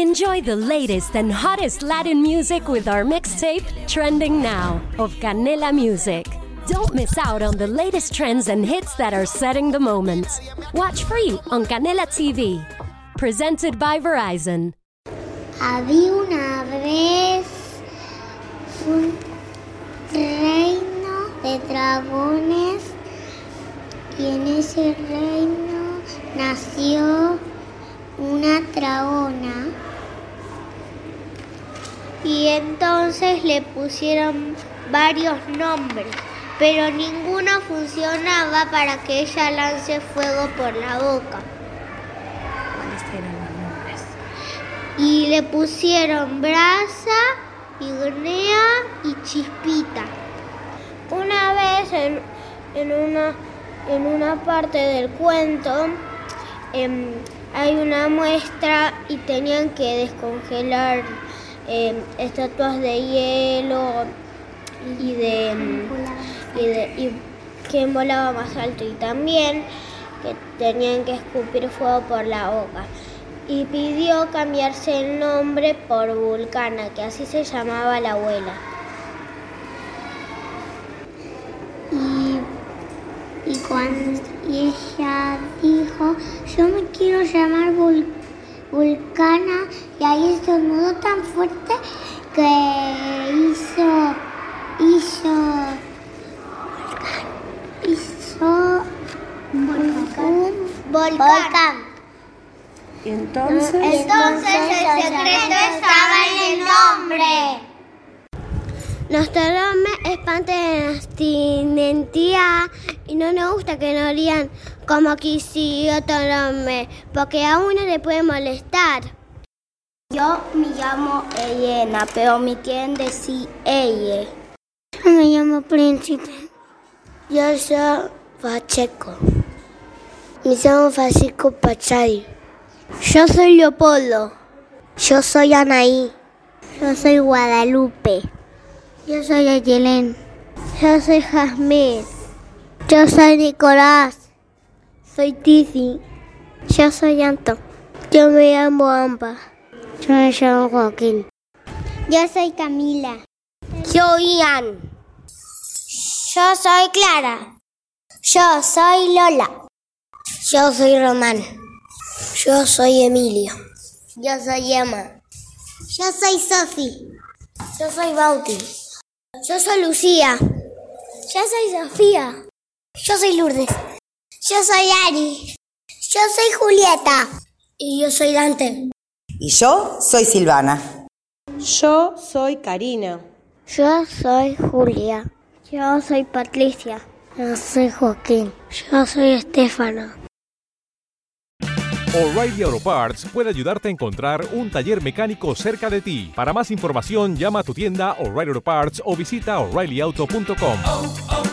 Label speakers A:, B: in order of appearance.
A: Enjoy the latest and hottest Latin music with our mixtape, Trending Now, of Canela Music. Don't miss out on the latest trends and hits that are setting the moment. Watch free on Canela TV. Presented by Verizon.
B: Había una vez un reino de dragones y en ese reino nació una dragona y entonces le pusieron varios nombres, pero ninguno funcionaba para que ella lance fuego por la boca. Y le pusieron brasa, ignea y chispita. Una vez en, en una, en una parte del cuento em, hay una muestra y tenían que descongelar em, estatuas de hielo y de, em, y de y quién volaba más alto y también que tenían que escupir fuego por la boca. Y pidió cambiarse el nombre por Vulcana, que así se llamaba la abuela. Y y cuando y ella dijo, yo me quiero llamar Vul- Vulcana, y ahí estornudó tan fuerte que hizo, hizo, hizo un volcán.
C: Entonces,
B: Entonces el secreto estaba en el nombre. Nosotros me espantan en abstinencia y no nos gusta que nos digan como quisiéramos, porque a uno le puede molestar. Yo me llamo Elena, pero me quieren decir ella. Yo me llamo Príncipe. Yo soy Pacheco. Me llamo Francisco Pachari. Yo soy Leopoldo. Yo soy Anaí. Yo soy Guadalupe. Yo soy Ayelén. Yo soy Jazmín. Yo soy Nicolás. Soy Tizi. Yo soy Anto. Yo me llamo Amba. Yo me llamo Joaquín. Yo soy Camila. Yo Ian. Yo soy Clara. Yo soy Lola. Yo soy Román. Yo soy Emilio. Yo soy Emma. Yo soy Sofi. Yo soy Bauti. Yo soy Lucía. Yo soy Sofía. Yo soy Lourdes. Yo soy Ari. Yo soy Julieta. Y yo soy Dante.
D: Y yo soy Silvana.
C: yo soy Karina.
B: Yo soy Julia. Yo soy Patricia. Yo soy Joaquín. Yo soy Estefano.
E: O'Reilly Auto Parts puede ayudarte a encontrar un taller mecánico cerca de ti. Para más información, llama a tu tienda O'Reilly Auto Parts o visita oreillyauto.com.
F: oh,